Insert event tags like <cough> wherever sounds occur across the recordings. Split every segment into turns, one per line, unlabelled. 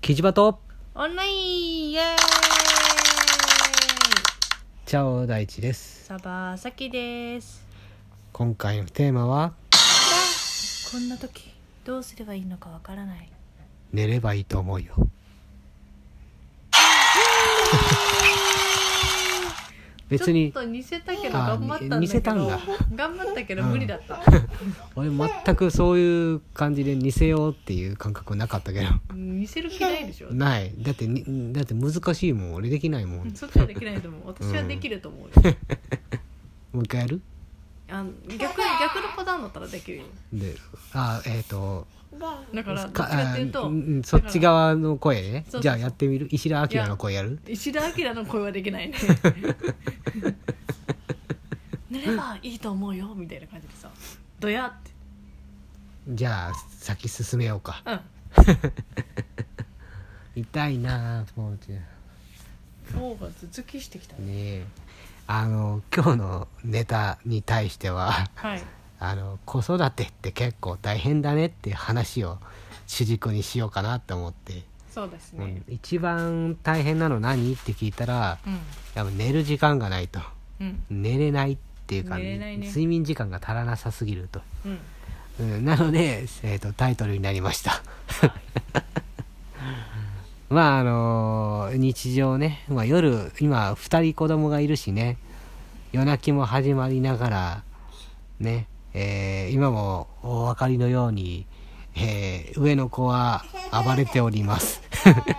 キジバト
オンラインイエーイ
チャオ大地です
サバサキです
今回のテーマは
こんな時どうすればいいのかわからない
寝ればいいと思うよ別に
ちょっと似せたけど
あ
頑張ったんだけど
似せたんだ
頑張ったけど
うん
無理だった、
俺全くそういう感じで似せようっていう感覚なかったけど
似せる気ないでしょ
ないだってにだって難しいもん俺できないもん
そっちはできないと思う私はできると思うよ、
もう一回やる
あの逆逆のパターンだったらできるよ
であえっ、と
だからどっち
か
かっていうと
あうんうんそっち側の声ね
そうそうそう
じゃあやってみる石田明の声やる
石田明の声はできないね寝ればいいと思うよみたいな感じでさドヤって
じゃあ先進めようか
うん
痛いなあもうじゃあ
今日が続きしてきたね
ねえあの今日のネタに対しては
はい
あの子育てって結構大変だねっていう話を主軸にしようかなって思って、
そうです
う
ね
ん、一番大変なの何って聞いたら
うん
やっぱ寝る時間がないと
うん
寝れないっていうか、
寝れないね
睡眠時間が足らなさすぎると、
うん
うん、なので、えー、とタイトルになりました <laughs> まああのー日常ね、まあ、夜今2人子供がいるしね夜泣きも始まりながらね、えー今もお分かりのように、えー上の子は暴れております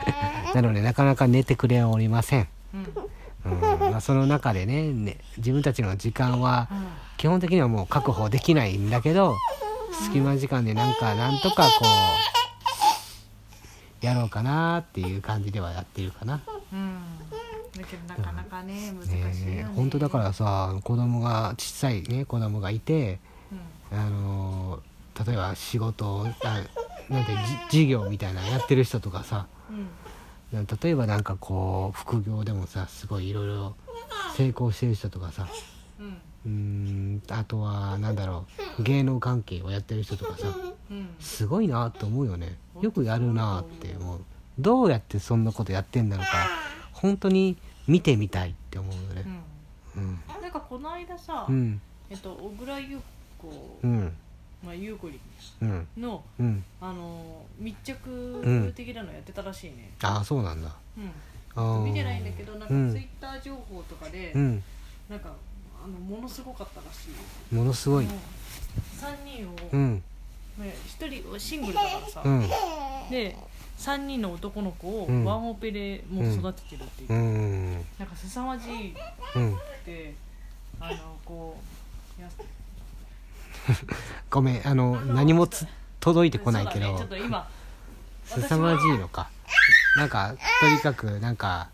<laughs> なのでなかなか寝てくれおりません、
う
う
ん
んまあ、その中でねね自分たちの時間は基本的にはもう確保できないんだけど隙間時間でなんかなんとかこうやろうかなっていう感じではやってるかな。
うんだけどなかなかね難しいよね
ね本当だからさ子供が小さいね子供がいて
うん
あのー例えば仕事をあなんてじ事業みたいなのやってる人とかさ
うん
例えばなんかこう副業でもさすごいいろいろ成功してる人とかさ
うん
うーんあとはなんだろう芸能関係をやってる人とかさ
うん
すごいなと思うよねよくやるなって思うどうやってそんなことやってんだろうか本当に見てみたいって思うよ
う
ね
ん
うん
なんかこの間さ
うん
えっと小倉優子
うん
まあ優子り
うん
の
うん
あのー密着的なのやってたらしいね
ああそうなんだ
うん
あー
見てないんだけどなんか
うん
ツイッター情報とかで
うん
なんかあのものすごかったらしいよ
ものすごい
うん3人を
うん
ね一人シングルだからさ
うん
で3人の男の子を
うん
ワンオペでもう育ててるっていう、
うん
なんか凄まじいっ
うん
てあのこうや
ごめんあの何もつ届いてこないけ
そうだね
ど
ちょっと今
凄まじいのかなんかとにかくなんか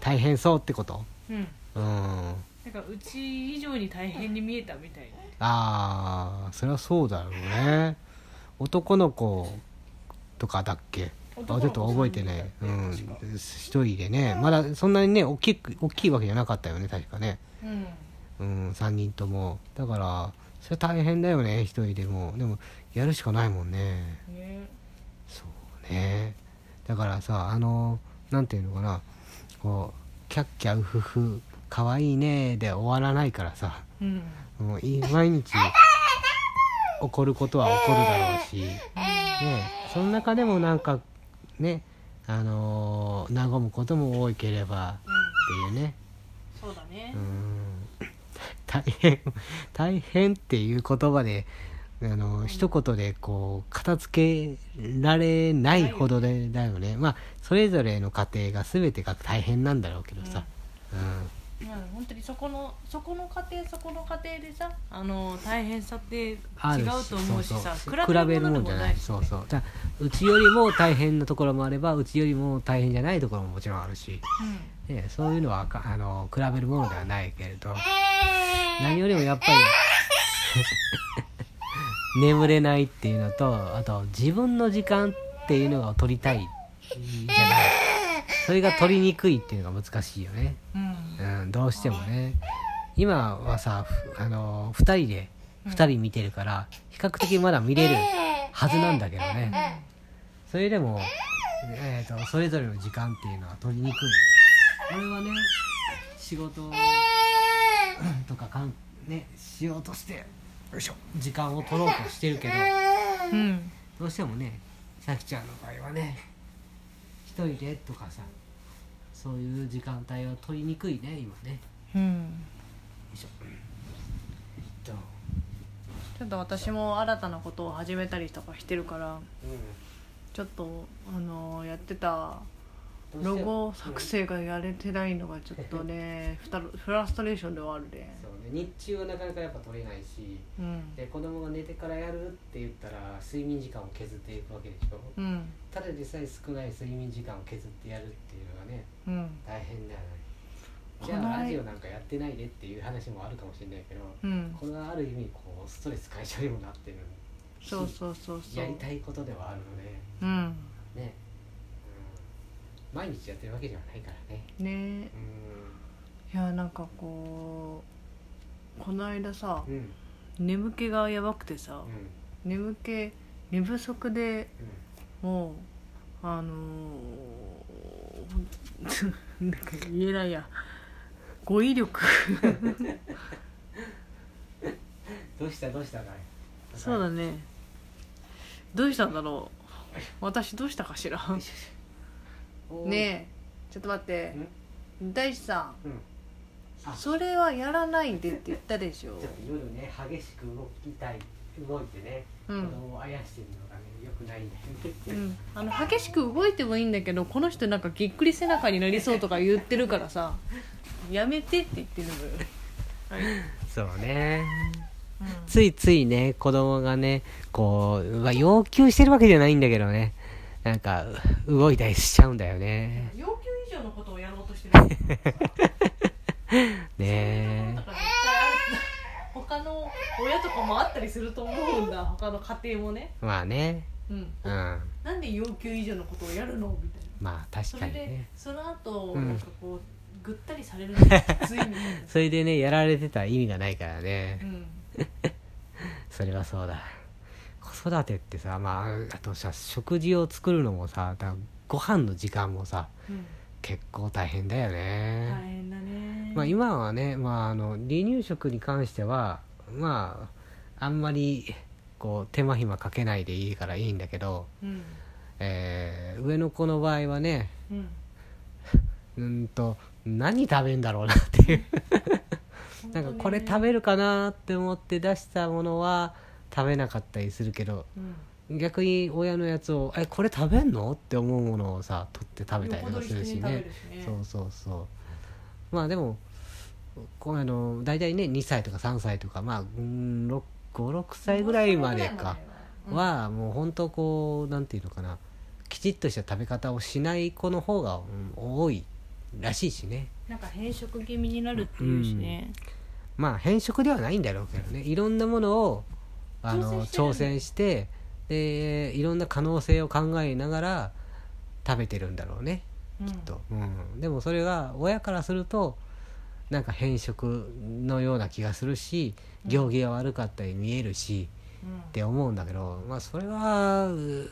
大変そうってこと
うん
うんあ
なんかうち以上に大変に見えたみたい
あーそれはそうだろうね男の子とかだっけあちょ
男の子
っと覚えてない、う
三
ん
人だったよね確、
一人でねまだそんなにね大きく大きいわけじゃなかったよね確かね
なうん
うん3人ともだからそれ大変だよね一人でもでもやるしかないもんね
ね
そうねだからさあのなんていうのかなこう「キャッキャウフフかわいいね」で終わらないからさ
うん
もうい毎日怒ることは怒るだろうし、ね、その中でもなんかねあのー和むことも多いければっていうね
そうだね
うーん大変大変っていう言葉であの一言でこう片付けられないほどでだよねまあそれぞれの家庭が全てが大変なんだろうけどさ、うん
まあ本当にそこのそこの家庭そこの家庭でさあの大変さって違う
ある
と思うしさ
そうそう比べるもんじゃないそうそうだからうちよりも大変なところもあればうちよりも大変じゃないところももちろんあるし、ね、そういうのはかあの比べるものではないけれど何よりもやっぱり眠れないっていうのとあと自分の時間っていうのを取りたいじゃないそれが取りにくいっていうのが難しいよね、
うん、うん
うん、どうしてもね今はさふあの2人で2人見てるから比較的まだ見れるはずなんだけどねそれでもえー、とそれぞれの時間っていうのは取りにくいこれはね仕事とかかん、ね、しようとしてよいしょ時間を取ろうとしてるけど
うん
どうしてもねさきちゃんの場合はね一人でとかさそういう時間帯は取りにくいね今ねよ
うん
いしょえっと
ちょっと私も新たなことを始めたりとかしてるからちょっとあのやってた
うんどうし
ロ
ても
ゴ作成がやれてないのがちょっとねふたフラストレーションではあるね
そうね日中はなかなかやっぱ取れないし
うん
で子供が寝てからやるって言ったら睡眠時間を削っていくわけでしょ
うん
ただでさえ少ない睡眠時間を削ってやるっていうのがね
うん
大変だよね
こ
じ
の間
ゃあラジオなんかやってないでっていう話もあるかもしれないけど
うん
これはある意味こうストレス解消にもなってる
そうそうそうそ
やり
う
たいことではあるので
うん
ね、うん、毎日やってるわけではないからね
ねいやなんかこうこの間さ
うんうん
眠気がやばくてさ
うんうん
眠気寝不足でもうあのー <laughs> なんか言えないや語彙力
どうしたどうしたかい
そうだねどうしたんだろう私どうしたかしら
おー
ねえちょっと待って大地さ
うんあ
んそれはやらないでって言ったでしょ
ちょっと夜ね激しく動きたい動いてね、
う
子
ん、
供をあやしてるのがね良くないんだよね
うん、あの激しく動いてもいいんだけどこの人なんかぎっくり背中になりそうとか言ってるからさやめてって言ってるのよ、
<laughs> そうねついついね子供がねこう、まあ、要求してるわけじゃないんだけどねなんかう動いたりしちゃうんだよね
要求以上のことをやろうとしてる
ね
だから絶対ある他の親とかもあったりすると思うんだ他の家庭もね、
えまあね
うん、
うん
なんで要求以上のことをやるのみたいな
まあ
そ
確か
れ
に
で、
ね
その後、
うん
なんかこうぐったりされるのがきついみたいな、
それでねやられてたら意味がないから
う
ね
ん、
それはそうだ子育てってさまああとさ食事を作るのもさだからご飯の時間もさ
うん、
結構大変だよね、
大変だね、
まあ、今はね、まあ、あの離乳食に関してはまああんまりこう手間暇かけないでいいからいいんだけど、
うん
えー上の子の場合はね
うん
うーんと何食べんだろうなっていうなんかこれ食
べ、
べるかなって思って出したものは食べなかったりするけど
うん、
逆に親のやつを「えこれ食べんの?」って思うものをさ取って食べたり
横
とか
取
す
り
る
し
して
食べ
ね
るしね
そうそうそうまあでもこうあの大体ね2歳とか3歳とかまあ56歳ぐらいまでか、
うん、
はもう本当こうなんていうのかなきちっとした食べ方をしない子の方が、うん多いらしいしね
なんか変色気味になるっていうしね、
まあ変色ではないんだろうけどねいろんなものをあの挑戦
挑戦
してでいろんな可能性を考えながら食べてるんだろうね。
うん
きっと、うん、でもそれが親からするとなんか変色のような気がするし
うん
行儀が悪かったり見えるし、
うん
って思うんだけど、まあ、それはう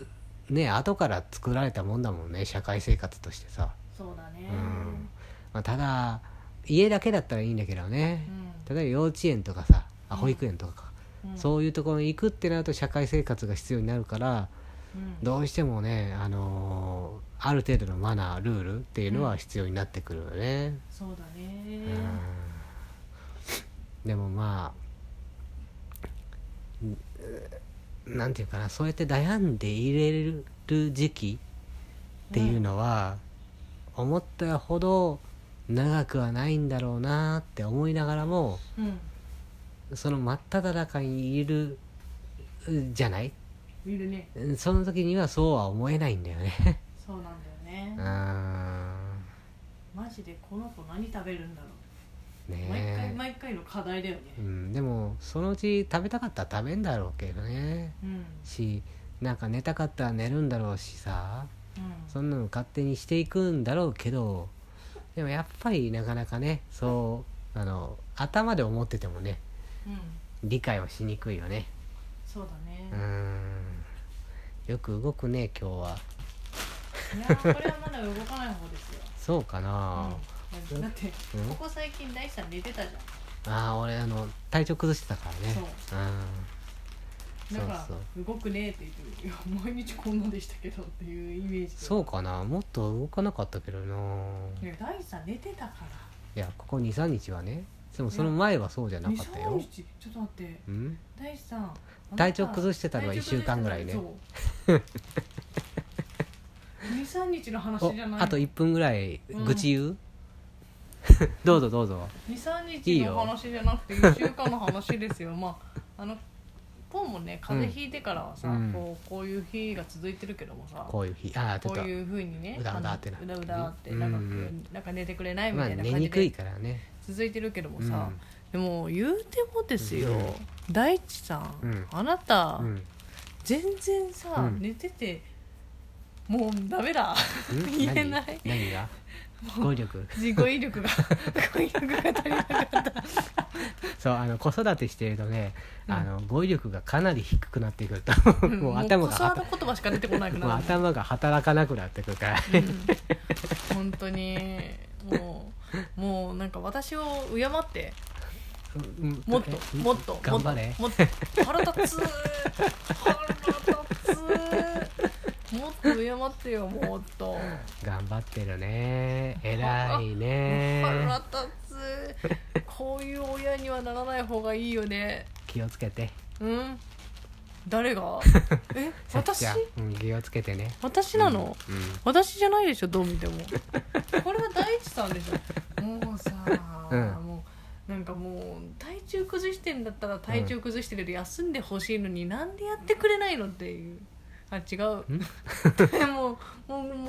ね後から作られたもんだもんね社会生活としてさ、
そうだね
うんまあ、ただ家だけだったらいいんだけどね例えば幼稚園とかさあ保育園とかか、
うん
そういうところに行くってなると社会生活が必要になるから
うん
どうしてもね、あのーある程度のマナールールっていうのは必要になってくるよね。
そうだ
う
ね
んでもまあんなんていうかなそうやって悩んでいれる時期っていうのは、思ったほど長くはないんだろうなって思いながらも
うん
その真っ只中にいるじゃない
いるね
うんその時にはそうは思えないんだよね
そうなんだよね
うん
マジでこの子何食べるんだろう毎回
ね
毎回の課題だよね
うん、でもそのうち食べたかったら食べんだろうけどね
うん
しなんか寝たかったら寝るんだろうしさ
うん
そんなの勝手にしていくんだろうけどでもやっぱりなかなかねそうあの頭で思っててもね
うん
理解はしにくいよね
そうだ
うー
ね
んよく動くね今日は
いやーこれはまだ動かない方で
<laughs>
すよ
そうかな、
うんだって
うん
ここ最近大地さん寝てたじゃ
ああ俺あの体調崩してたからね
そう
うん
んだから
そう
動くねって言ってるいや毎日こんなでしたけどっていうイメージ
そううかなもっと動かなかったけどな
大地さん寝てたか
いやここ23日はねでもその前はそうじゃ
ら
なかった
23
よ
日ちょっと待って
うん
大地さん
体調崩してたのは一週間ぐらいね
23日の話
お
じゃない
あと1分ぐらい
うん
愚痴言う、 <laughs> どうぞどうぞ
23
いい
日
よ
の話じゃなくて1週間の話ですよ <laughs> まああのポンもね風邪ひいてからはさ、
うん
こうこういう日が続いてるけどもさ
こういう日ああちょ
こ
っ
う
と
いうふうにね
うだうだってな
あのうだうだって
うん
長くなんか寝てくれないみ
ま
た
あ
いな
寝
感じ
にくい
で
からね
続いてるけども
うん
さ、でも言うてもですよ、
う
大地さん、
うん
あなた、
うんん
全然さ、
うん
寝ててもうダメだ言えな
何
い
何が語彙力
自己威力が語彙力が足りなかった
そうあの子育てしてるとね、
うん
あの語彙力がかなり低くなってくると、 <laughs> もう頭が
子
は
育て言葉しか出てこなく
たもう
なる
頭が働かなくなってくるから
うん本当にもうもうなんか私を敬って
うん
もっと
うん
もっと
頑張れ
もっともっと腹立つ腹立つもっと敬ってよもっと
頑張ってるね偉いね
腹立つこういう親にはならない方がいいよね
気をつけて
うん
<laughs>
誰がえ
さき
私
ちゃん、うん、気をつけてね
私なの、
うんうん
私じゃないでしょどう
<laughs>
見てもこれは大地さんでしょもうさ、
うん
もうなんかもう体調崩してんだったら体調崩してるで休んでほしいのになんでやってくれないのっていうあ違う <laughs> もうもうも